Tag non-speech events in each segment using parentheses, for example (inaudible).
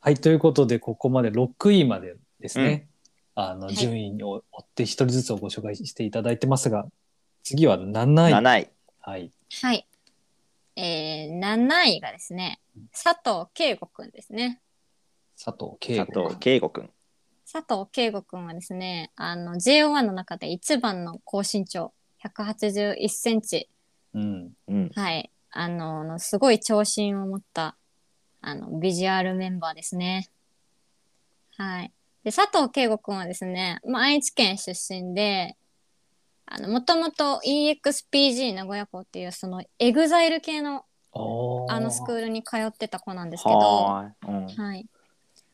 はい、ということで、ここまで6位までですね、あはの、い順位を追って一人ずつをご紹介していただいてますが、次は7位。 7位。はい。はい。えー、7位がですね、佐藤圭吾くんですね。佐藤圭佐吾藤。圭吾くん。佐藤圭吾くんはですね、あの、JO1 の中で一番の高身長、181センチ、うん。うん。はい、あの、のすごい長身を持った、あの、ビジュアルメンバーですね。はい。で、佐藤圭吾くんはですね、まあ、愛知県出身で、あの、もともと EXPG 名古屋校っていう、その、エグザイル系のおあのスクールに通ってた子なんですけど、ははーい。うん。い。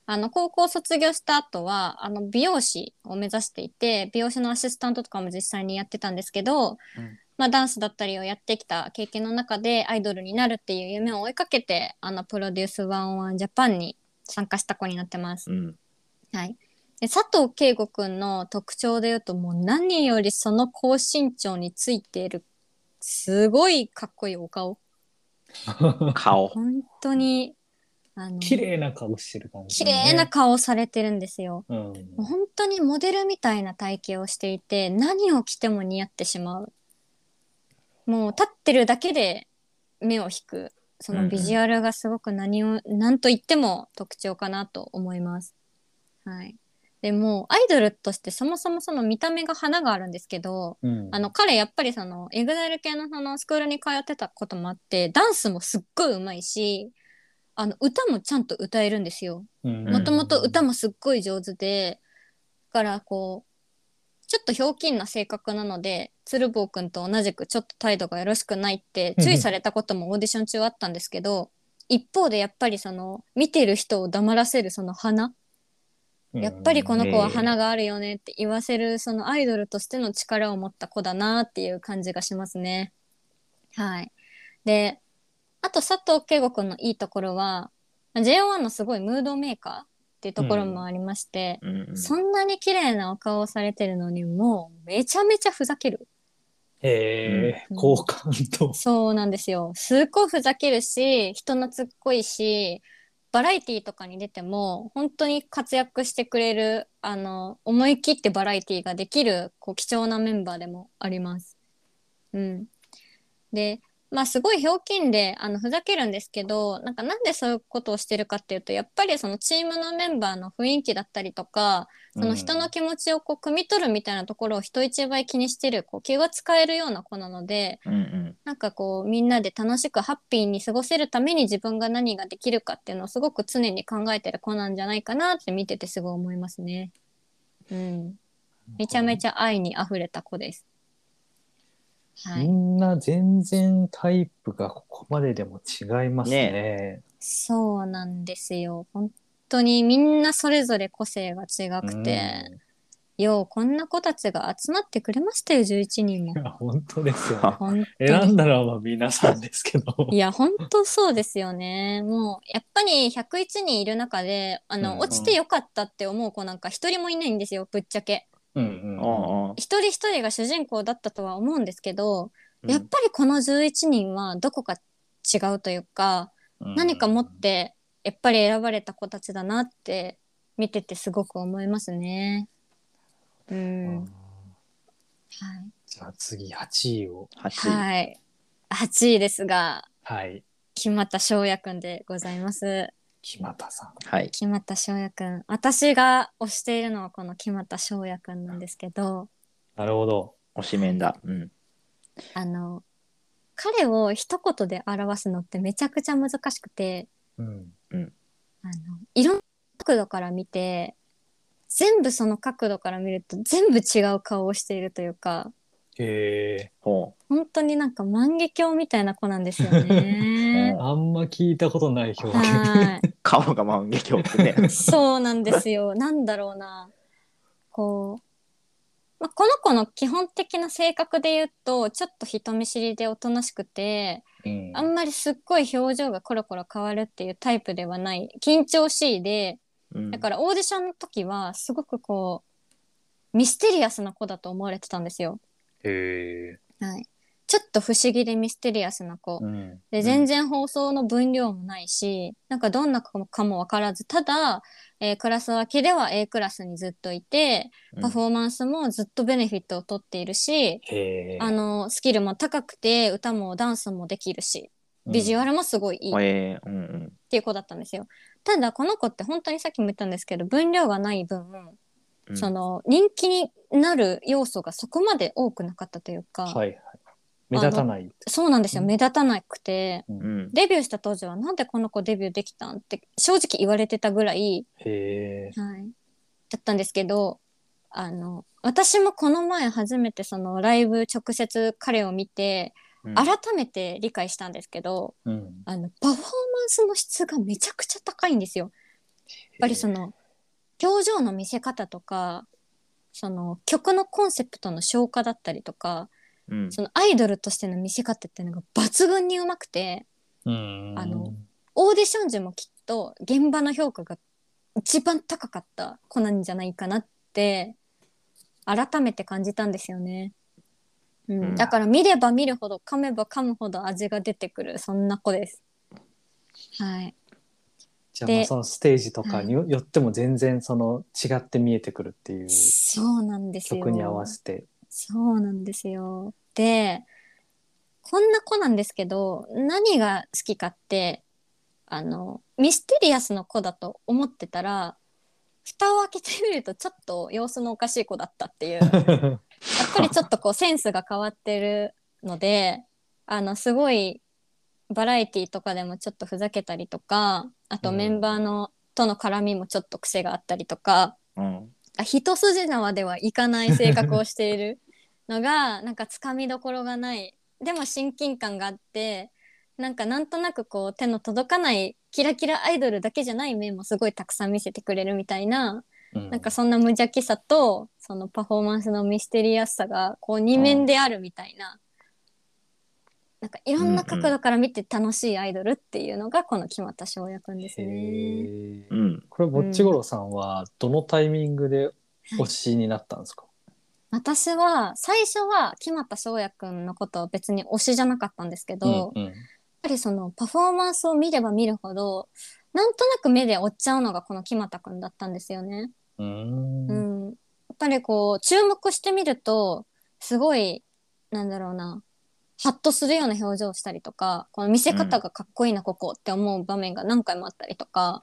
あの、高校卒業した後は、あの、美容師を目指していて、美容師のアシスタントとかも実際にやってたんですけど、うんまあ、ダンスだったりをやってきた経験の中で、アイドルになるっていう夢を追いかけて、あの、プロデュース101ジャパンに参加した子になってます。うん。はい。で佐藤圭吾くんの特徴で言うと、もう何よりその高身長についている、すごいかっこいいお顔。ル。顔。本当に、あ (laughs) の、綺麗な顔してる感じ、綺麗な。顔をされてるんですよ。うん。もう本当にモデルみたいな体型をしていて、何を着ても似合ってしまう。もう立ってるだけで目を引く。そのビジュアルがすごく何を、何と言っても特徴かなと思います。はい。でもうアイドルとしてそもそもその見た目が花があるんですけど、うん。あの、彼やっぱりそのエグザイル系のそのスクールに通ってたこともあってダンスもすっごい上手いしあの歌もちゃんと歌えるんですよ。ももともと歌も。もすっごい上手でだからこうちょっとひょうきんな性格なので鶴房くんと同じくちょっと態度がよろしくないって注意されたこともオーディション中あったんですけど、一方でやっぱりその見てる人を黙らせるその花うんやっぱりこの子うはん花があるよねって言わせるそのアイドルとしての力を持った子だなっていう感じがしますね。はい。で、あと佐藤圭吾くんのいいところは、JO1 のすごいムードメーカーっていうところもありまして、うんうん。そんなに綺麗なお顔をされてるのにもうめちゃめちゃふざける。へえ、うん好感度。そうなんですよ。すっごいふざけるし、人懐っこいし、バラエティーとかに出ても、本当に活躍してくれる、あの、思い切ってバラエティーができる、こう、貴重なメンバーでもあります。うん。で、まあ、すごいひょうきんで、あの、ふざけるんですけど、なんか、なんでそういうことをしてるかっていうと、やっぱりそのチームのメンバーの雰囲気だったりとか、その人の気持ちをこう、汲み取るみたいなところを人一倍気にしてる、こう、気が使えるような子なので、うんうん。なんかこうみんなで楽しくハッピーに過ごせるために自分が何ができるかっていうのをすごく常に考えてる子なんじゃないかなって見ててすごい思いますね。うん、めちゃめちゃ愛にあふれた子です。はみい、んな全然タイプがここまででも違いますね。そうなんですよ。本当にみんなそれぞれ個性が違くて、ようこんな子たちが集まってくれましたよ11人も (laughs) うん、い。や本当ですよね。本当に選んだのはまあ皆さんですけど。いや、ほんとそうですよね。もう、やっぱり101人いる中で、あうの、ん落ちてよかったって思う子なんか一人もいないんですよ、ぶっちゃけ。うんうんうん。うん。一人一人が主人公だったとは思うんですけど、うんやっぱりこの11人はどこか違うというか、何か持って、やっぱり選ばれた子たちだなって、見ててすごく思いますね。う。うんん。はい。じゃあ次8位を。 8位。はい。8位ですが、はい。木俣翔也くんでございます。木俣さん。はい。木俣翔也くん私が推しているのはこの木俣翔也くんなんですけどなるほど。推しメンだ。うん。あの彼を一言で表すのってめちゃくちゃ難しくてうん。あのいろんな角度から見て全部その角度から見ると全部違う顔をしているというかへえ。ほ本当になんか万華鏡みたいな子なんですよ (laughs) うね。ん。あんま聞いたことない表現。はい顔が万華鏡ってね。、そうなんです (laughs) よ。なんだろうな。こう、まあ、この子の基本的な性格で言うと、ちょっと人見知りでおとなしくて、うんあんまりすっごい表情がコロコロ変わるっていうタイプではない、緊張しいで、だかららオーディションの時は、すごくこう、ミステリアスな子だと思われてたんですよ。へえ。はい。ちょっと不思議でミステリアスな子、うん。で全然放送の分量もないし、なんかどんな子かも分からずただ、えークラス分けでは A クラスにずっといてパフォーマンスもずっとベネフィットを取っているし、へえ。あのスキルも高くて歌もダンスもできるしビジュアル。ルもすごいいいっえー、うんうん。ていう子だったんですよ。ただこの子って本当にさっきも言ったんですけど分量がない分、うんその人気になる要素がそこまで多くなかったというか、はいはい。目立たない。そうなんですようん目立たなくて。うん。デビューした当時はなんでこの子デビューできたんって正直言われてたぐらい、へえ。はい、だったんですけどあの私もこの前初めてそのライブ直接彼を見てうん改めて理解したんですけど、うん。あのパフォーマンスの質がめちゃくちゃ高いんですよ。やっぱりその表情の見せ方とかその曲のコンセプトの消化だったりとかうんそのアイドルとしての見せ方っていうのが抜群にうまくて。うん。あのオーディション時もきっと現場の評価が一番高かった子なんじゃないかなって改めて感じたんですよね。ううんんだから見れば見るほど噛めば噛むほど味が出てくるそんな子です。はい、じゃあでまあそのステージとかによよっても全然その違って見えてくるっていうそうなんですよ。曲に合わせて。そうなんですよ。でこんな子なんですけど何が好きかってあのミステリアスの子だと思ってたら蓋を開けてみるとちょっと様子のおかしい子だったっていうやっぱりちょっとこうセンスが変わってるのであのすごいバラエティとかでもちょっとふざけたりとかあとうんメンバーの、との絡みもちょっと癖があったりとか。うんあ一筋縄ではいかない性格をしているのがなんかつかみどころがないでも親近感があってなんかなんとなくこう手の届かないキラキラアイドルだけじゃない面もすごいたくさん見せてくれるみたいな、ななんかそんな無邪気さとそのパフォーマンスのミステリアスさがこう二面であるみたいな、なんかいろんな角度から見て楽しいアイドルっていうのがこの木俣翔也くんですへね。えう。ん。これぼっちごろさんはどのタイミングで推しになったんですか、私は最初は木俣翔也くんのことを別に推しじゃなかったんですけど、やっうんうんぱりそのパフォーマンスを見れば見るほどなんとなく目で追っちゃうのがこの木俣くんだったんですよね。うーうんん、やっぱりこう注目してみるとすごいなんだろうなハッとするような表情をしたりとかこの見せ方がかっこいいな、ここって思う場面が何回もあったりとかやっ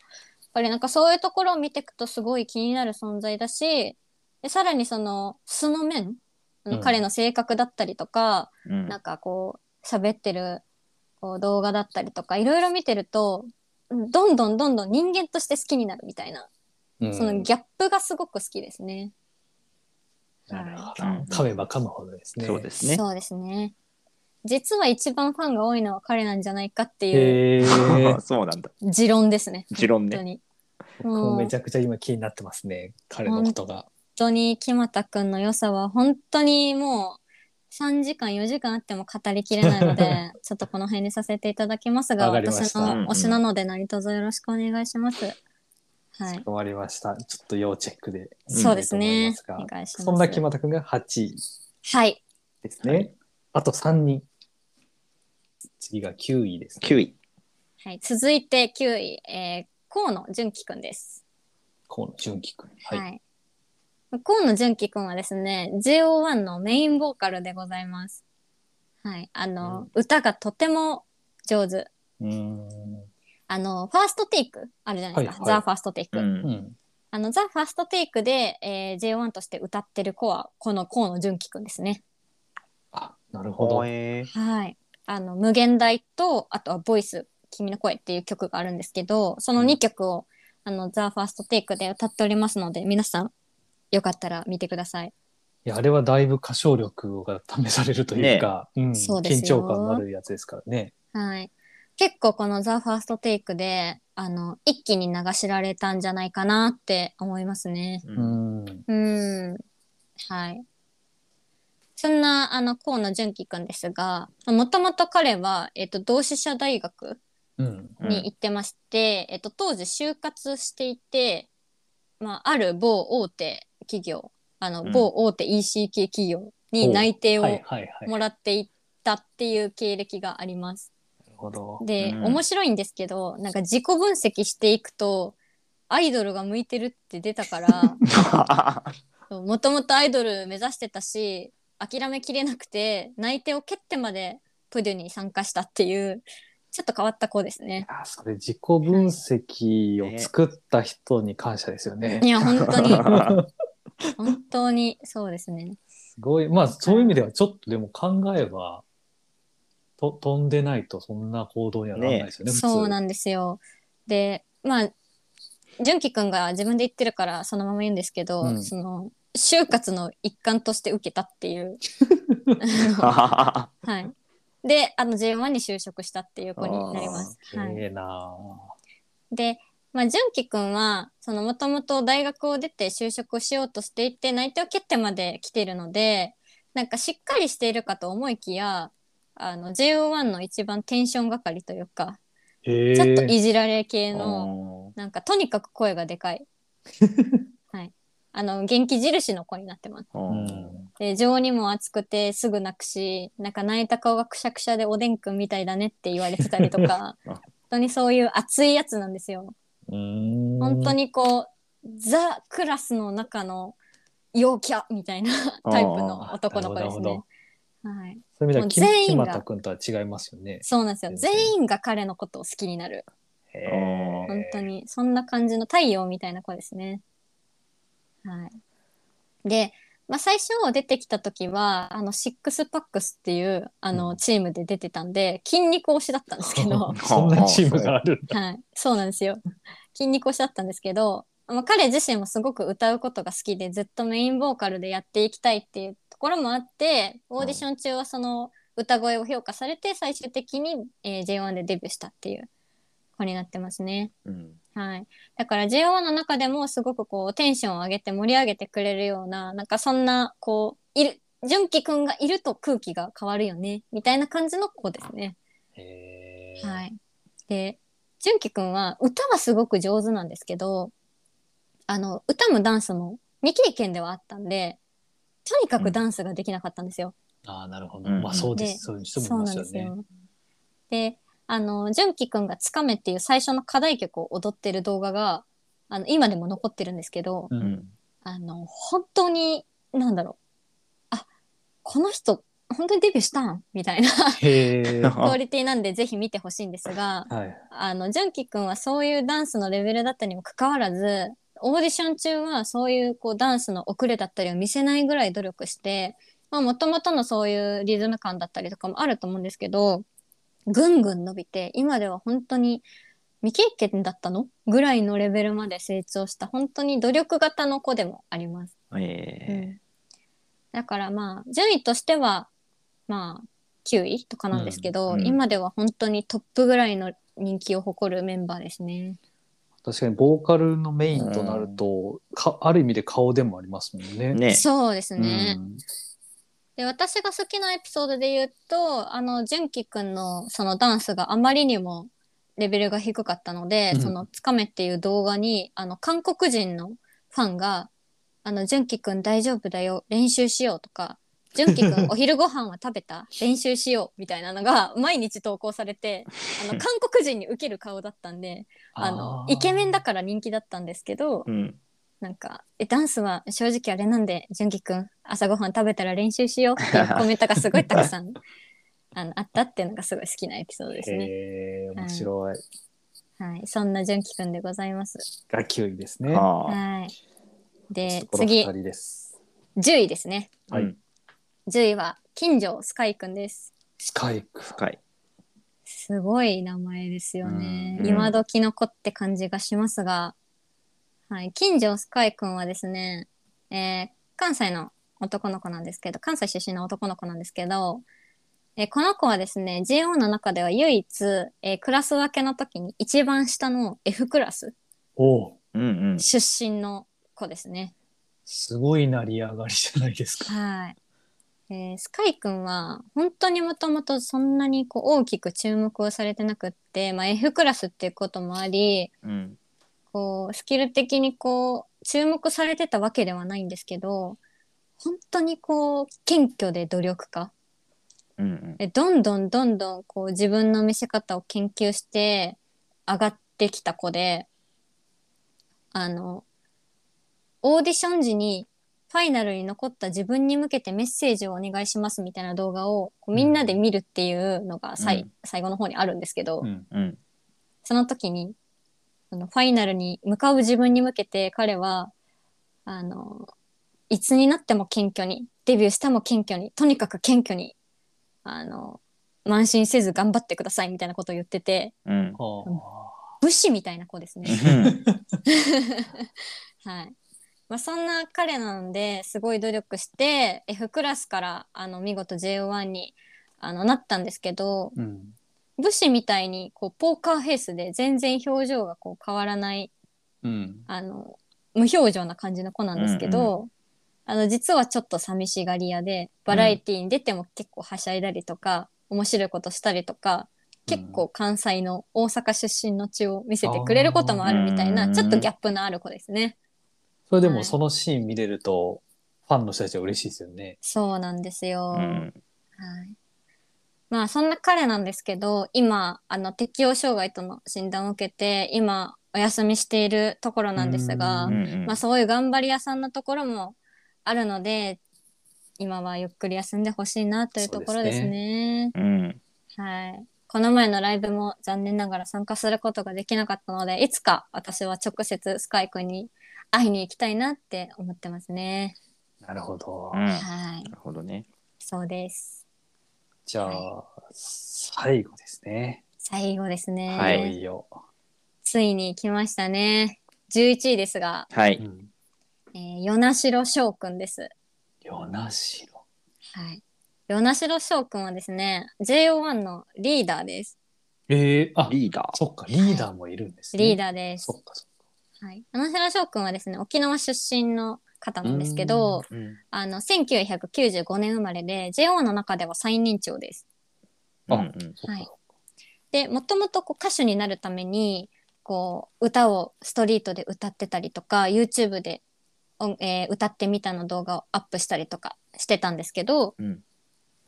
ぱりなんかそういうところを見ていくとすごい気になる存在だしでさらにその素の面あのうん彼の性格だったりとか、うんなんかこう喋ってるこう動画だったりとかいろいろ見てるとどんどんどんどん人間として好きになるみたいなうんそのギャップがすごく好きですね。なるほどうん噛めば噛むほどですね。そうですね。そうですね。実は一番ファンが多いのは彼なんじゃないかっていうへえ。 (laughs) (laughs) そうなんだ。持論ですね。持論本当ね。に。僕もめちゃくちゃ今気になってますね。彼のことが。本当に木俣くんの良さは本当にもう3時間4時間あっても語りきれない (laughs) のでちょっとこの辺にさせていただきますがわかりまし私たの推しなので何卒よろしくお願いします。は終い、わりました。ちょっと要チェックで。んそうですね。と思いまおすが願いします。そんな木俣くんが8位はい、ですね。あと3人。次が9位ですね。 9位。。はい、続いて9位、えー、河野純喜くんです。河野純喜くん。は。はいい。河野純喜くんはですね、JO1 のメインボーカルでございます。はい。あの、歌がとても上手。うーん。あの、ファーストテイクあるじゃないですか。はいはいザ・ファーストテイク。うんん。あの、ザ・ファーストテイクで、えー、JO1 として歌ってる子は、この河野純喜くんですね。あ、なるほほど。えーはい。あの、無限大と、あとはボイス、君の声っていう曲があるんですけど、その2曲を、あの、ザ・ファーストテイクで歌っておりますので、皆さん、よかったら見てください。いや、あれはだいぶ歌唱力が試されるというか、うんそうです緊よ張感のあるやつですからね。はい。結構この「ザ・ファーストテイクであの一気に流しられたんじゃないかなって思いますね。ううんん。うん。はい。そんなあの河野純喜くんですがもともと彼は、えっと同志社大学うん。に (laughs) (laughs) 行ってまして、えっと当時就活していて、まあ、ある某大手企業あの、うん某大手 EC 系企業おにう内定をはいはいはい。もらっていたたっていう経歴があります。なるほど。で、うん面白いんですけどなんか自己分析していくとアイドルが向いてるって出たから。 (laughs) そうもともとアイドル目指してたし諦めきれなくて内定を蹴ってまでプデュに参加したっていうちょっと変わった子ですね。あそれ自己分析を作った人に感謝ですよねい。や本当に本当にそうですね。 (laughs) すごい。まあそういう意味ではちょっとでも考えば、と飛んでないとそんな行動にはならないですよね。普通そうなんですよ。でまあ純喜くんが自分で言ってるからそのまま言うんですけど、うんその就活の一環として受けたっていう (laughs) はい。であの J1 に就職したっていう子になります。はいええなあで、まあ、純喜くんはもともと大学を出て就職をしようとしていて内定を蹴ってまで来ているのでなんかしっかりしているかと思いきやあの JO1 の一番テンション係というかへえちょっといじられ系の、のなんかとにかく声がでかい、はい、あの元気印の子になってます。うんで情にも熱くてすぐ泣くしなんか泣いた顔がくしゃくしゃでおでんくんみたいだねって言われてたり (laughs) とかあ本当にそういう熱いやつなんですよ。うん本当にこう、ザ・クラスの中の陽キャみたいなタイプの男の子ですなるねほ。はい、そういう意味ではもう全き、木員が俣君とは違いますよね。そうなんですよ全員が彼のことを好きになるへえ本当にそんな感じの太陽みたいな子ですね。はい、で、まあ、最初出てきた時はあのシックスパックスっていうあうのん、チームで出てたんで筋肉推しだったんですけど (laughs) そんなチームがあるんだ。 (laughs) はい、そうなんですよ。筋肉推しだったんですけど、まあ、彼自身もすごく歌うことが好きでずっとメインボーカルでやっていきたいっていうところもあってオーディション中はその歌声を評価されて最終的に、えー J1 でデビューしたっていう子になってますね。うんはい、だから JO1 の中でもすごくこうテンションを上げて盛り上げてくれるようななんかそんなこういる純喜くんがいると空気が変わるよねみたいな感じの子ですね。へえはい、で純喜くんは歌はすごく上手なんですけどあの歌もダンスも未経験ではあったんでとにかくダンスができなかったんですよ。ああ、なるほど。うんまあそうです。でそういう人そもういまなんすよですね。よ。であの純喜くんが「つかめ」っていう最初の課題曲を踊ってる動画があの今でも残ってるんですけど、ううんんあの本当になんだろうあこの人本当にデビューしたんみたいなへえ。あ (laughs) はクオリティなんでぜひ見てほしいんですがい。あの純喜くんはそういうダンスのレベルだったにもかかわらずオーディション中はそういうこうダンスの遅れだったりを見せないぐらい努力してもともとのそういうリズム感だったりとかもあると思うんですけどぐんぐん伸びて今では本当に未経験だったのぐらいのレベルまで成長した本当に努力型の子でもあります。えだからまあ順位としてはまあ9位とかなんですけど、うんうん今では本当にトップぐらいの人気を誇るメンバーですね。確かにボーカルのメインとなると、かある意味で顔でもありますもんね。ーねそうですうん。ね、で私が好きなエピソードで言うとあの純喜くんのそのダンスがあまりにもレベルが低かったので「うんそのつかめ」っていう動画にあの韓国人のファンが「あの純喜くん大丈夫だよ練習しよう」とか「純喜 (laughs) くんお昼ご飯は食べた練習しよう」みたいなのが毎日投稿されてあ (laughs) の韓国人にウケる顔だったんであのイケメンだから人気だったんですけど、うんなんかえダンスは正直あれなんで純喜くん朝ごはん食べたら練習しようってい (laughs) うコメントがすごいたくさんあのあったっていうのがすごい好きなエピソードですね。へえ、面白い。はい、そんな純喜くんでございます。が9位ですね。あはい。でこの次二人です。 10位ですね。あはいうん10位は金城スカイくんです。スカイク。深いすごい名前ですよね。うん今時の子って感じがしますが、はい、金城スカイくんはですね、えー関西の男の子なんですけど、関西出身の男の子なんですけど、えーこの子はですね、GO の中では唯一、えークラス分けの時に一番下の F クラスおううんうん出身の子ですね。すごい成り上がりじゃないですか。はい。えースカイくんは本当にもともとそんなにこう大きく注目をされてなくって、まあ、F クラスっていうこともあり、うんこうスキル的にこう注目されてたわけではないんですけど本当にこう謙虚で努力家うんうん。でどんどんどんどんこう自分の見せ方を研究して上がってきた子であのオーディション時にファイナルに残った自分に向けてメッセージをお願いしますみたいな動画をこうみんなで見るっていうのがさい、うん最後の方にあるんですけど、うん。うん。その時にあのファイナルに向かう自分に向けて彼はあのいつになっても謙虚にデビューしても謙虚にとにかく謙虚にあの慢心せず頑張ってくださいみたいなことを言っててうん。あー武士みたいな子ですね。うん (laughs) はいまあ、そんな彼なんですごい努力して F クラスからあの見事 JO1 にあのなったんですけどうん。武士みたいにこうポーカーフェイスで全然表情がこう変わらないうん。あの無表情な感じの子なんですけど、あの実はちょっと寂しがり屋でバラエティーに出ても結構はしゃいだりとか、面白いことしたりとか結構関西の大阪出身の血を見せてくれることもあるみたいあなーちょっとギャップのある子ですね。それではもいそのシーン見れると、ファンの人たちは嬉しいですよね。そうなんですうよ、はいん。まあそんな彼なんですけど今あの適応障害との診断を受けて今お休みしているところなんですが。ううんん。まあ、そういう頑張り屋さんのところもあるので今はゆっくり休んでほしいなというところですねうん。はい、この前のライブも残念ながら参加することができなかったのでいつか私は直接スカイくんに会いに行きたいなって思ってますね、なるほどうん。。なはいるほどね。そうですじゃあ、最後ですね。最後ですね、はいよいよ。ついに来ましたね11位ですが、はうい。ん。えー、与那城翔くんです与那城。はい与那城翔くんはですね JO1 のリーダーですええあ、リーダー。そっか、リーダーもいるんですね。リーー。ダーですそ。っか、そっか。はい。花城翔くんはですね、沖縄出身の方なんですけど、うん。あの、1995年生まれで、JO の中では最年長です。うあんうん。そっかそっかで、もともとこう歌手になるために、こう、歌をストリートで歌ってたりとか、YouTube で、おえー歌ってみたの動画をアップしたりとかしてたんですけど、うん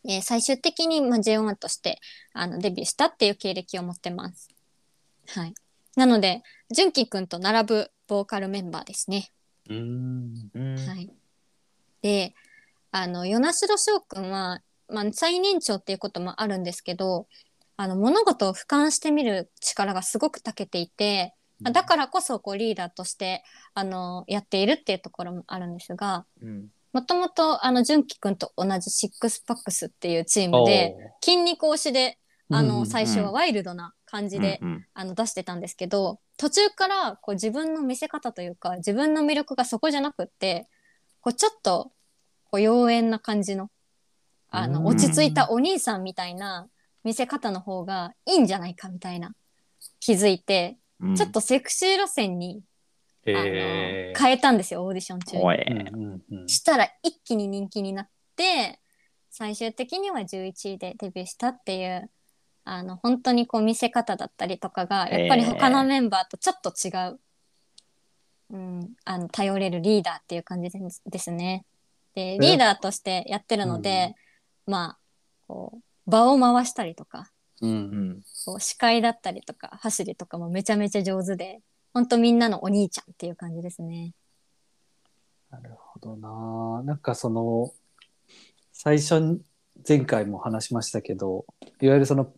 えー最終的に、まあ、JO1 としてあのデビューしたっていう経歴を持ってます。はい。なので、純喜くんと並ぶボーカルメンバーですね。うーん。うん。はい、であの与那城翔くんは、まあ、最年長っていうこともあるんですけどあの物事を俯瞰してみる力がすごく長けていてまあだからこそこうリーダーとしてあのやっているっていうところもあるんですがうん。もともとあの純喜くんと同じシックスパックスっていうチーおムーで筋肉推しであうんうんうのん最初はワイルドな感じでうんあの出してたんですけど途中からこう自分の見せ方というか自分の魅力がそこじゃなくってこうちょっとこう妖艶な感じのあうのん落ち着いたお兄さんみたいな見せ方の方がいいんじゃないかみたいな気づいて、うん。ちょっとセクシー路線に、あのええ変えたんですよオーディション中に怖い。うんうんうんしたら一気に人気になって最終的には11位でデビューしたっていうあの本当にこう見せ方だったりとかがやっぱり他のメンバーとちょっと違う、うん、あの頼れるリーダーっていう感じですですね。でリーダーとしてやってるので、まあこう場を回したりとかう。うんん。こう司会だったりとか走りとかもめちゃめちゃ上手で本当みんなのお兄ちゃんっていう感じですね。なるほどな。なんかその、最初に、前回も話しましたけど、いわゆるその、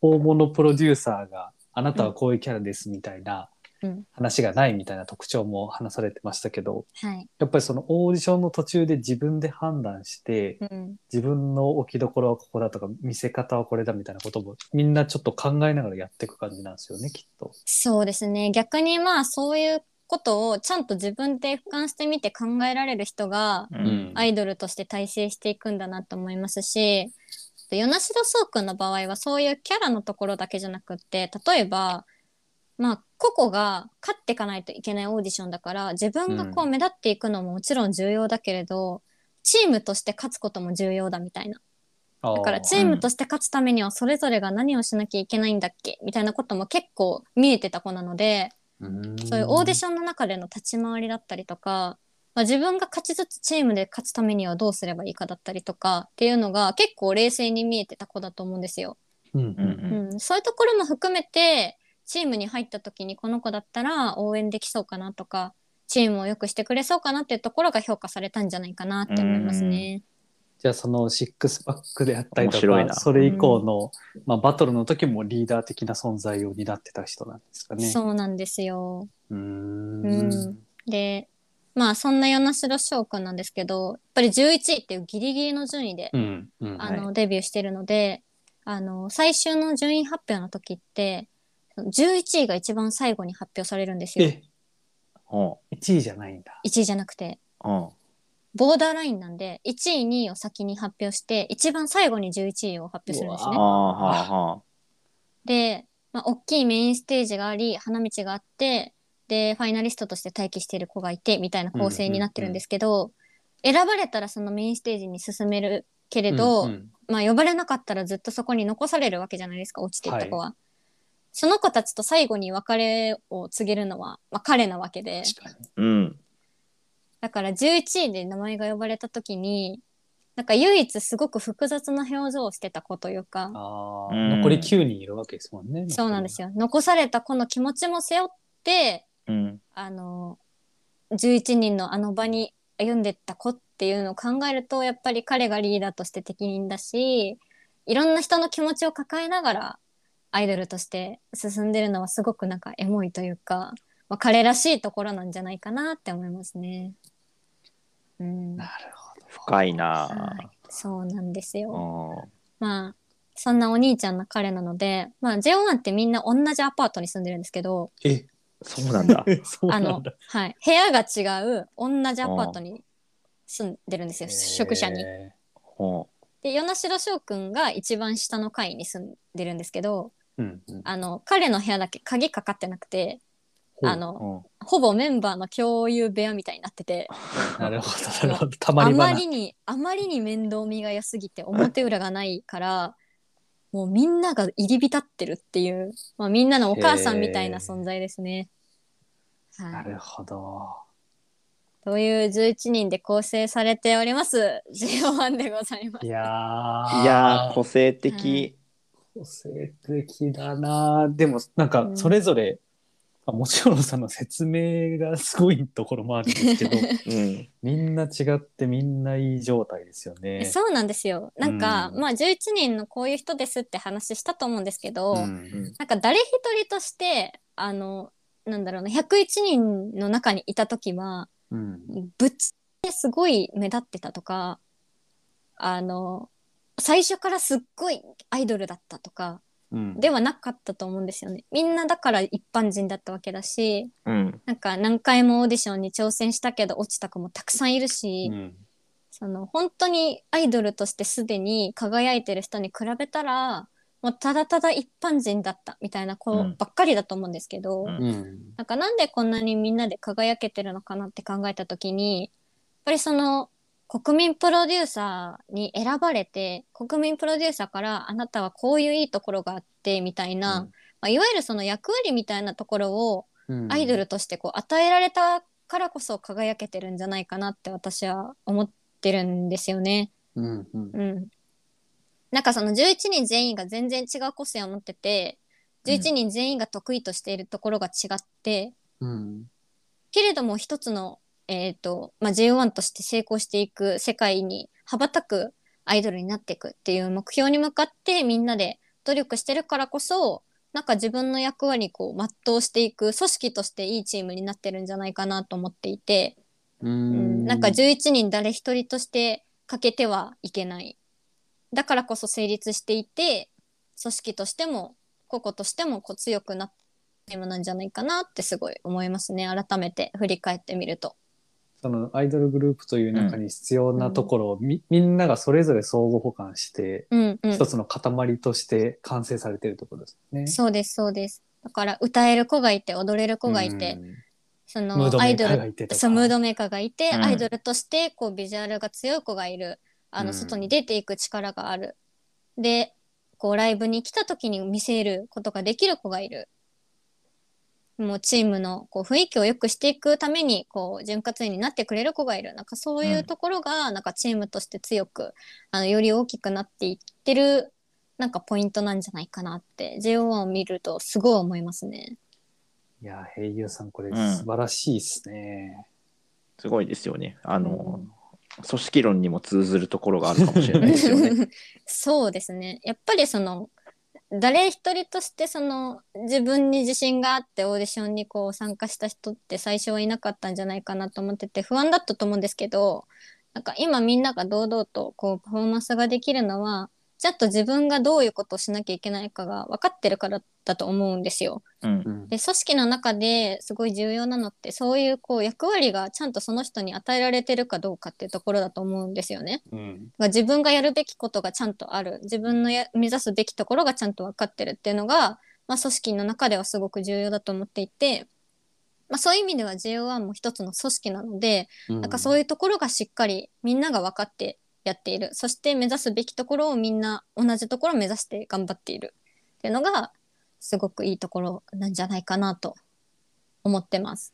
大物プロデューサーが、あなたはこういうキャラですみたいなうん話がないみたいな特徴も話されてましたけど、はい、やっぱりそのオーディションの途中で自分で判断して、うん自分の置きどころはここだとか、見せ方はこれだみたいなことも、みんなちょっと考えながらやっていく感じなんですよね、きっと。そうですね逆にまあそういうことをちゃんと自分で俯瞰してみて考えられる人がうん。アイドルとして大成していくんだなと思いますし与那城壮君の場合はそういうキャラのところだけじゃなくって例えばまあ個々が勝っていかないといけないオーディションだから自分がこうう目立っていくのももちろん重要だけれど、チームとして勝つことも重要だみたいなだからチームとして勝つためにはそれぞれが何をしなきゃいけないんだっけみたいなことも結構見えてた子なので、あーそういうオーデョィションの中での立ち回りだったりとか、まあ、自分が勝ちつつチームで勝つためにはどうすればいいかだったりとかっていうのが結構冷静に見えてた子だと思うんですよ。うんううんんうん、そういうところも含めてチームに入った時にこの子だったら応援できそうかなとかチームを良くしてくれそうかなっていうところが評価されたんじゃないかなって思いますね。じゃあそのシックスパックであったりと面白いかなそれ以降の、まあ、バトルの時もリーダー的な存在を担ってた人なんですかね。そうなんですようーんうんでまあそんな与那城翔くんなんですけどやっぱり11位っていうギリギリの順位で、うんうんあのデビューしてるのであの最終の順位発表の時って11位が一番最後に発表されるんですよえほ1位じゃないんだ。 1位じゃなくて。うほボーダーラインなんで1位2位を先に発表して一番最後に11位を発表するんですうねう。わあーはあはで、まあ、大きいメインステージがあり花道があってでファイナリストとして待機している子がいてみたいな構成になってるんですけど、選ばれたらそのメインステージに進めるけれど、うんうんまあ、呼ばれなかったらずっとそこに残されるわけじゃないですか落ちていった子は。その子たちと最後に別れを告げるのは、まあ、彼なわけで。確かにあうんだから11位で名前が呼ばれた時になんか唯一すごく複雑な表情をしてた子というかあうんー残り9人いるわけですもんね。そうなんですよ。よ残された子の気持ちも背負ってうんあの11人のあの場に歩んでった子っていうのを考えるとやっぱり彼がリーダーとして適任だしいろんな人の気持ちを抱えながらアイドルとして進んでるのはすごくなんかエモいというか、まあ、彼らしいところなんじゃないかなって思いますね。うん、なるほど。深いなはいそうなんですよ。うんまあそんなお兄ちゃんな彼なので、まあ、JO1 ってみんな同じアパートに住んでるんですけどえそうなんだ (laughs) そうなあんのだ。、はい、部屋が違う同じアパートに住んでるんですよ宿舎に。えほで与那城翔くんが一番下の階に住んでるんですけどーうんうんあの彼の部屋だけ鍵かかってなくてほうあうのほほぼメンバーの共有部屋みたいになっててなるほどなるほど。たまあり場まなりにあまりに面倒見が良すぎて表裏がないからもうみんなが入り浸ってるっていう、まあ、みんなのお母さんみたいな存在ですね。は、ないるほど。という11人で構成されております (laughs) JO1 でございますい。やうーいやー個性はい的個性的だなでもなんかうんそれぞれ、あもちろんその説明がすごいところもあるんですけ (laughs) どうんみんな違ってみんないい状態ですよね。そうなんですよなんか、うんまあ11人のこういう人ですって話したと思うんですけど、うんなんか誰一人としてあのなんだろうな101人の中にいた時はうんぶっちゃけすごい目立ってたとかあの最初からすっごいアイドルだったとかうんではなかったと思うんですよね。みんなだから一般人だったわけだしうんなんか何回もオーディションに挑戦したけど落ちた子もたくさんいるし、うんその本当にアイドルとしてすでに輝いてる人に比べたらもうただただ一般人だったみたいな子ばっかりだと思うんですけど。うんうんなんかなんでこんなにみんなで輝けてるのかなって考えた時にやっぱりその国民プロデューサーに選ばれて国民プロデューサーからあなたはこういういいところがあってみたいうな、んまあ、いわゆるその役割みたいなところをうんアイドルとしてこう与えられたからこそ輝けてるんじゃないかなって私は思ってるんですよね。うんうんうん、なんかその11人全員が全然違う個性を持ってて11人全員が得意としているところが違って、うんけれども一つの、えーとまあ、J1 として成功していく世界に羽ばたくアイドルになっていくっていう目標に向かってみんなで努力してるからこそなんか自分の役割にこう全うしていく組織としていいチームになってるんじゃないかなと思っていて、ううんんなんか11人誰一人として欠けてはいけないだからこそ成立していて組織としても個々としてもこう強くなってチームなんじゃないかなってすごい思いますね改めて振り返ってみると。そのアイドルグループという中に必要なところをみ,、みんながそれぞれ相互補完して、うんうん一つの塊として完成されてるところですね。そうですそうですだから歌える子がいて踊れる子がいて、うんそムードのアメイーカドーがルいてとかそうムードメーカーがいて、うんアイドルとしてこうビジュアルが強い子がいるあうのん外に出ていく力がある、でこうライブに来た時に見せることができる子がいるもうチームのこう雰囲気を良くしていくためにこう潤滑員になってくれる子がいるなんかそういうところがなんかチームとして強く、あのより大きくなっていってるなんかポイントなんじゃないかなって JO1 を見るとすごい思いますね。いやー、平優さん、これうん素晴らしいですね。すごいですよね。あうのん、組織論にも通ずるところがあるかもしれない (laughs) ですよね。 (laughs) そうですねやっぱりその誰一人としてその自分に自信があってオーディションにこう参加した人って最初はいなかったんじゃないかなと思ってて不安だったと思うんですけどなんか今みんなが堂々とこうパフォーマンスができるのはちゃんと自分がどういうことをしなきゃいけないかが分かってるからだと思うんですよ。うんう。んで組織の中ですごい重要なのってそういうこう役割がちゃんとその人に与えられてるかどうかっていうところだと思うんですよね。うんだから自分がやるべきことがちゃんとある自分のや目指すべきところがちゃんと分かってるっていうのが、まあ、組織の中ではすごく重要だと思っていて、まあ、そういう意味では JO1 も一つの組織なので、なんかそういいうところがしっかりみんなが分かってやっているそして目指すべきところをみんな同じところを目指して頑張っているっていうのがすごくいいところなんじゃないかなと思ってます。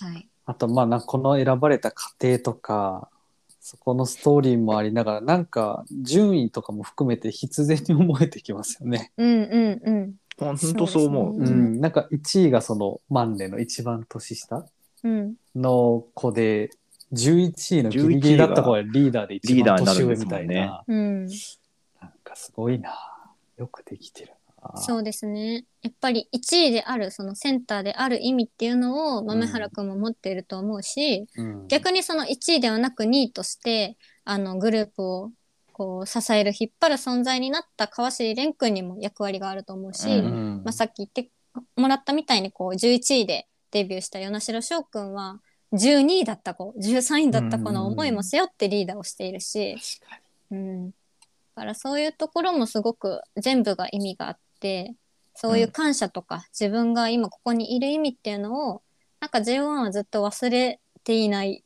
はい、あと、まあな、この選ばれた過程とか、そこのストーリーもありながら、なんか順位とかも含めて必然に思えてきますよね。うんうんうん本当そう思そうう。うですねん、なんか1位がそのマンネの一番年下うんの子で、11位のギリギリだった子がリーダーで一リーダ番ーにな年るん上でみすもたいんねな。うなんんかすごいな。よくできてるな。そうですねやっぱり1位であるそのセンターである意味っていうのを豆原くんも持っていると思うし、うん逆にその1位ではなく2位としてあのグループをこう支える引っ張る存在になった川尻蓮君にも役割があると思うし、うんうんまあ、さっき言ってもらったみたいにこう11位でデビューした与那城翔君は12位だった子13位だった子の思いも背負ってリーダーをしているし、確かにうん、だからそういうところもすごく全部が意味があってそういう感謝とか、自分が今ここにいる意味っていうのをなんか JO1 はずっと忘れていない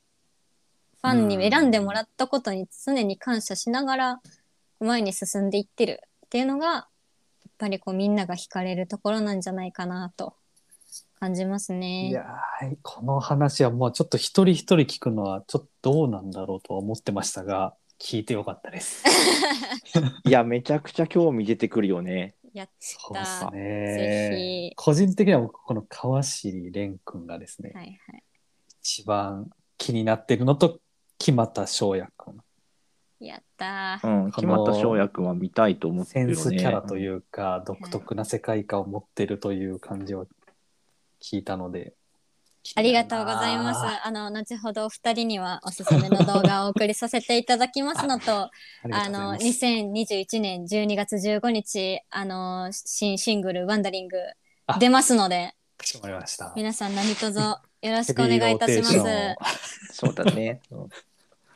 ファンに選んでもらったことに常に感謝しながら前に進んでいってるっていうのがやっぱりこうみんなが惹かれるところなんじゃないかなと感じますね。いやーこの話はもうちょっと一人一人聞くのはちょっとどうなんだろうとは思ってましたが聞いてよかった (laughs) です。いや、めちゃくちゃ興味出てくるよね。やっそうたでーすねぜひ。個人的には僕この川尻蓮くんがですね、はいはい一番気になってるのと木又翔也くんやったーうん。決まった翔也くんは見たいと思ってセるよンね。。スキャラといううか、独特な世界観を持ってるという感じを聞いたので。ありがとうございます。あの後ほどお二人にはおすすめの動画をお送りさせていただきますのと、ありがあとうございのます。 2021年12月15日あの新シングルワンダリングあ出ますので、かしこまりました。皆さん何卒よろしくお願いいたしまヘすビーロー。テ (laughs) そうだね。うん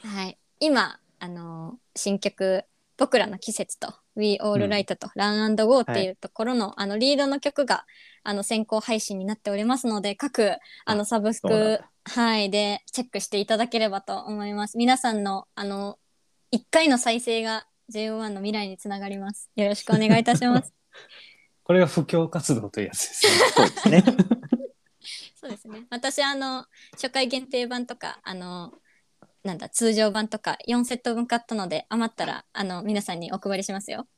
はい。今あの新曲僕らの季節と We All Right と Run and Go っていうところの、あのリードの曲があの先行配信になっておりますので各あのサブスそうなんクはいでチェックしていただければと思います。皆さんのあの一回の再生が JO1 の未来につながります。よろしくお願いいたします。これが布教活動というやつですね。そうですね。 (laughs) そうですね。私あの初回限定版とかあのなんだ通常版とか4セット分買ったので余ったらあの皆さんにお配りしますよ。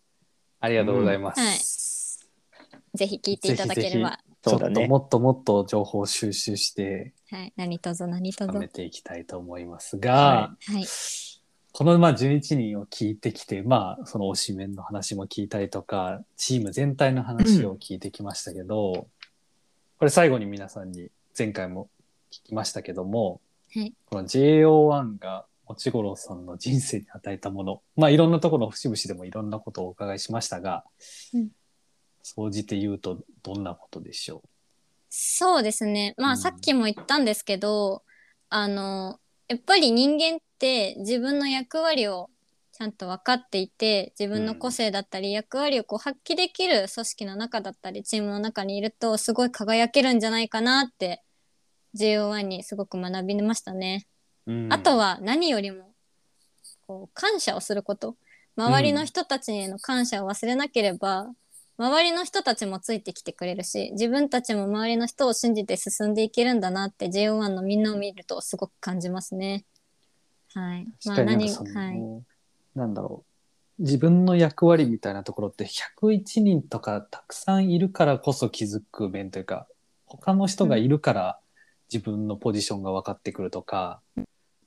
ありがとうございます。うんはいぜひ聞いていただければ。ぜひぜちょそうっだとね。もっともっと情報を収集してはい、何卒何卒。深はめい、ていきたいと思いますが、このまあ11人を聞いてきて、まあ、その推しメンの話も聞いたりとかチーム全体の話を聞いてきましたけど、これ最後に皆さんに前回も聞きましたけども、はいこの JO1 がもちごろさんの人生に与えたものまあいろんなところの節々でもいろんなことをお伺いしましたが、うん総じて言うとどんなことでしょそうですね。まうあ、んさっきも言ったんですけど、あのやっぱり人間って自分の役割をちゃんと分かっていて自分の個性だったり役割をこう発揮できる組織の中だったりチームの中にいるとすごい輝けるんじゃないかなって JO1 にすごく学びましたね。う、うんあとは何よりもこう感謝をすること周りの人たちへの感謝を忘れなければ、周りの人たちもついてきてくれるし自分たちも周りの人を信じて進んでいけるんだなって JO1 のみんなを見るとすごく感じますね。はい、まあ確かになんか何その、はい、なんだろう自分の役割みたいなところって101人とかたくさんいるからこそ気づく面というか他の人がいるから自分のポジションが分かってくるとか、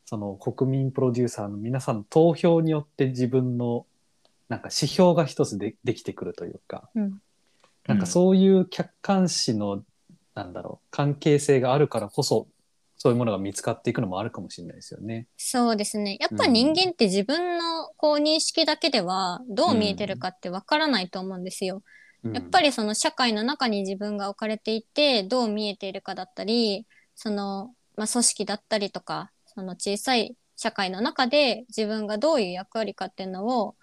その国民プロデューサーの皆さんの投票によって自分のなんか指標が一つでできてくるというかうんなんかそういう客観視のなんだろう関係性があるからこそそういうものが見つかっていくのもあるかもしれないですよね。そうですねやっぱうん人間って自分のこう認識だけではどう見えてるかってわからないと思うんですよ。やっぱり、りその社会の中に自分が置かれていてどう見えているかだったりその、まあ、組織だったりとかその小さい社会の中で自分がどういう役割かっていうのを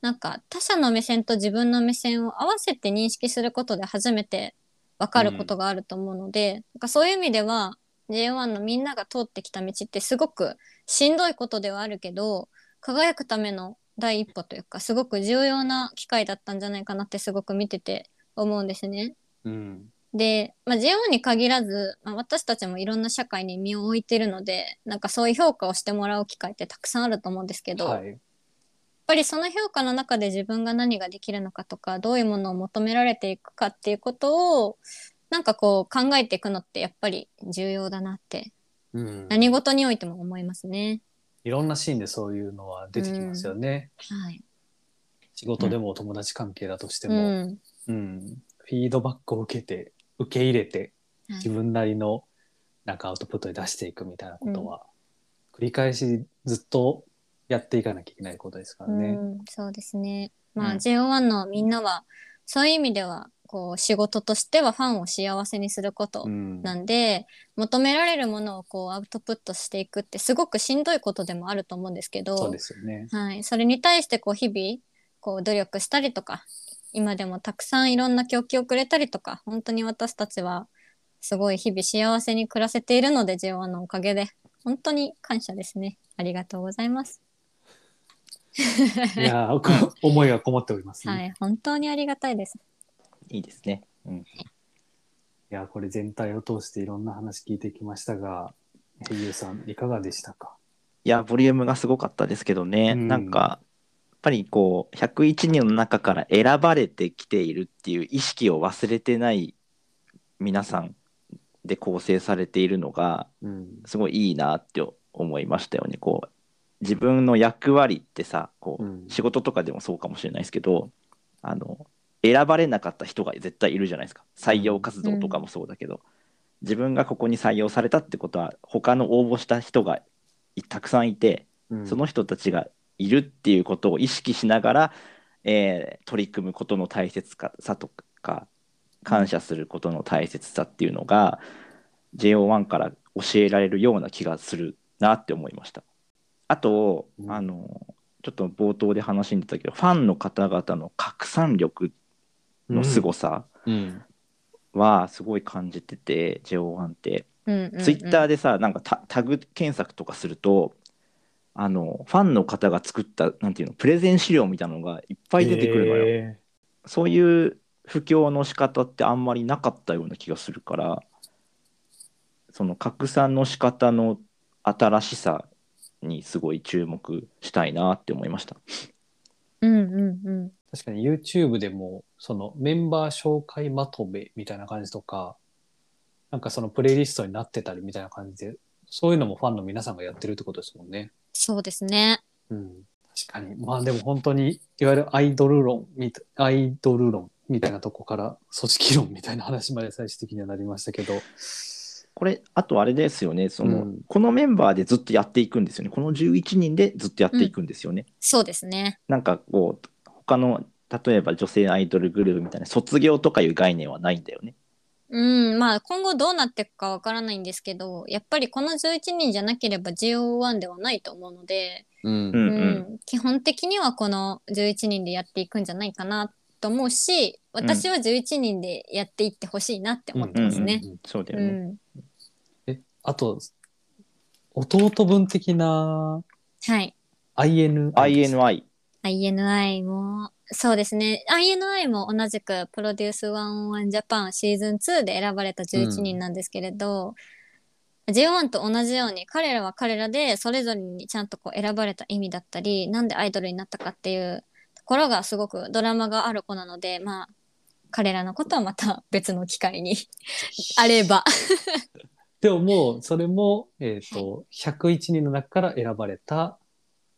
なんか他者の目線と自分の目線を合わせて認識することで初めて分かることがあると思うので、なんかそういう意味では J1 のみんなが通ってきた道ってすごくしんどいことではあるけど輝くための第一歩というかすごく重要な機会だったんじゃないかなってすごく見てて思うんですね。うんで、まあ、JO に限らず、まあ、私たちもいろんな社会に身を置いてるのでなんかそういう評価をしてもらう機会ってたくさんあると思うんですけど、はやっいぱりその評価の中で自分が何ができるのかとかどういうものを求められていくかっていうことをなんかこう考えていくのってやっぱり重要だなってうん何事においても思いますね。いろんなシーンでそういうのは出てきますよね。はい、仕事でもお友達関係だとしてうも、うんんフィードバックを受けて受け入れてはい自分なりのなんかアウトプットに出していくみたいなことは、繰り返しずっとやっていかなきゃいけないことですからね。うん、そうですね。まあ、うん JO1 のみんなは、そういう意味では、こう、仕事としてはファンを幸せにすることうんなんで、求められるものをこう、アウトプットしていくって、すごくしんどいことでもあると思うんですけど、そうですよ (laughs) ね。はい、それに対して、こう、日々、こう、努力したりとか、今でもたくさんいろんな供給をくれたりとか、本当に私たちは、すごい日々幸せに暮らせているので、JO1 のおかげで、本当に感謝ですね。ありがとうございます。いやー、こ思いがこもっておりますね。、はいい、本当にありがたいです。いいですね。うん。やー、これ全体を通していろんな話聞いてきましたが、俳優さんいかがでしたか。いや、ボリュームがすごかったですけどね、うんなんか、やっぱりこう、101人の中から選ばれてきているっていう意識を忘れてない皆さんで構成されているのが、うん、すごいいいなって思いましたよね。こう、自分の役割ってさ、こう、うん仕事とかでもそうかもしれないですけど、あの、選ばれなかった人が絶対いるじゃないですか。採用活動とかもそうだけど、自分がここに採用されたってことは、他の応募した人がいたくさんいて、うんその人たちがいるっていうことを意識しながら、えー取り組むことの大切さとか感謝することの大切さっていうのが JO1 から教えられるような気がするなって思いました。あと、うんあのちょっと冒頭で話に出たけどファンの方々の拡散力の凄さうんはすごい感じてて、JO1 って。うんうんうん、ツイッターでで、さなんかタタグ検索とかするとあのファンの方が作ったなんていうのプレゼン資料みたいなのがいっぱい出てくるのよ、えそういう布教の仕方ってあんまりなかったような気がするからその拡散の仕方の新しさにすごい注目したいなって思いました。うんうんうん、ー確かに YouTube でもそのメンバー紹介まとめみたいな感じとかなんかそのプレイリストになってたりみたいな感じでそういうのもファンの皆さんがやってるってことですもんね。そうですね。うん、確かにまあでも本当にいわゆるアイドル論みたアイドル論みたいなとこから組織論みたいな話まで最終的にはなりましたけどこれあとあれですよねその、うんこのメンバーでずっとやっていくんですよねこの11人でずっとやっていくんですよね。そうですね。なんかこう他の例えば女性アイドルグループみたいな卒業とかいう概念はないんだよね。うん、まあ今後どうなっていくかわからないんですけど、やっぱりこの11人じゃなければ JO1 ではないと思うので、うんうんうん基本的にはこの11人でやっていくんじゃないかなと思うし、私は11人でやっていってほしいなって思ってますね。そうだうよんね。えあと弟分的なはい。 IN INI。 INI もそうですね INI も同じく「プロデュース101ジャパンシーズン2で選ばれた11人なんですけれど、J1 と同じように彼らは彼らでそれぞれにちゃんとこう選ばれた意味だったりなんでアイドルになったかっていうところがすごくドラマがある子なのでまあ彼らのことはまた別の機 (laughs) 会にあればでももうそれも、えっと101人の中から選ばれた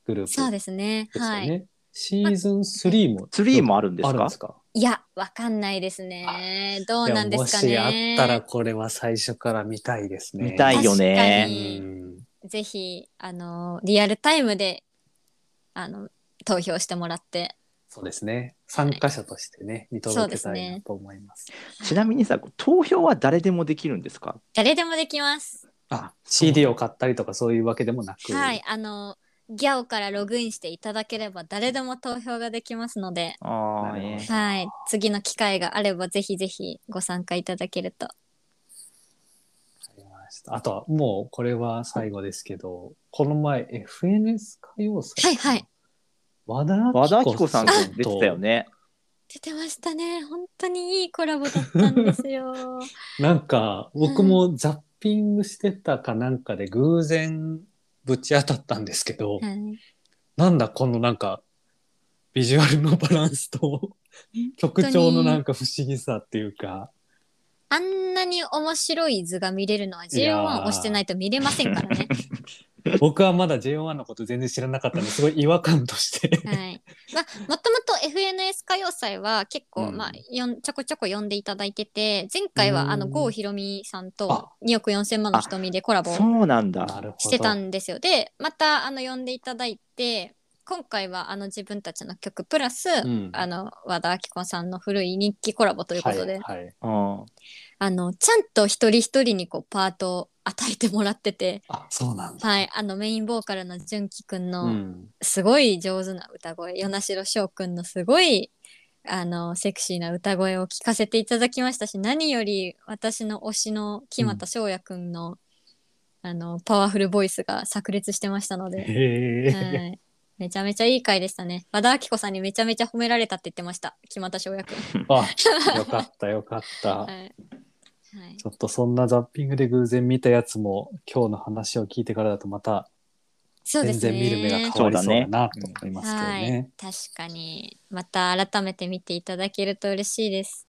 グループそうですねですよはね。いシーズン3もツリーもあるんですあるんかですかいやわかんないですねどうなんですかいやもねしあったらこれは最初から見たいですね。見たいようね。んぜひあのリアルタイムであの投票してもらってそうですね。参加者としてね、見届けたいなと思います。ちなみにさ投票は誰でもできるんですか誰でもできます。あ、CD を買ったりとかそういうわけでもなく、はい、あのギャオからログインしていただければ誰でも投票ができますので、ああ、なるほどええはい、次の機会があればぜひぜひご参加いただけると。ありましたあとはもうこれは最後ですけど、この前 FNS 歌謡祭はいはい和田和田アアキキ子子ささんんとと出てたよね。出てましたね。本当にいいコラボだったんですよ。なんか僕もザッピングしてたかなんかで偶然ぶち当たったんですけど、はい、なんだこのなんかビジュアルのバランス (laughs) と曲調のなんか不思議さっていうかあんなに面白い図が見れるのは J1 を押してないと見れませんからね。僕はまだ J1 のこと全然知らなかったんですごい違和感として (laughs) はい、まあもともと FNS 歌謡祭は結構、うんまあ、よんちょこちょこ呼んでいただいてて前回うんはあの郷ひろみさんあと2億4千万の瞳でコラボそうなんなだ。るほどしてたんですよでまたあの呼んでいただいて今回はあの自分たちの曲プラス、うんあの和田アキ子さんの古い日記コラボということで、はいはい、うんあのちゃんと一人一人にこうパートを与えてもらってて、あそうなんだ、はい、あのメインボーカルの純喜くんの、うん、すごい上手な歌声与那城翔くんのすごいあのセクシーな歌声を聞かせていただきましたし何より私の推しの木俣翔也くんの,、あのパワフルボイスが炸裂してましたので、へはえい、めちゃめちゃいい回でしたね和田アキ子さんにめちゃめちゃ褒められたって言ってました木俣翔也くん。あよかったよかった、 (laughs) はいはいちょっとそんなザッピングで偶然見たやつも今日の話を聞いてからだとまたそうで全すね然見る目が変わりそうだなと思いますけどはねい。、確かにまた改めて見ていただけると嬉しいです。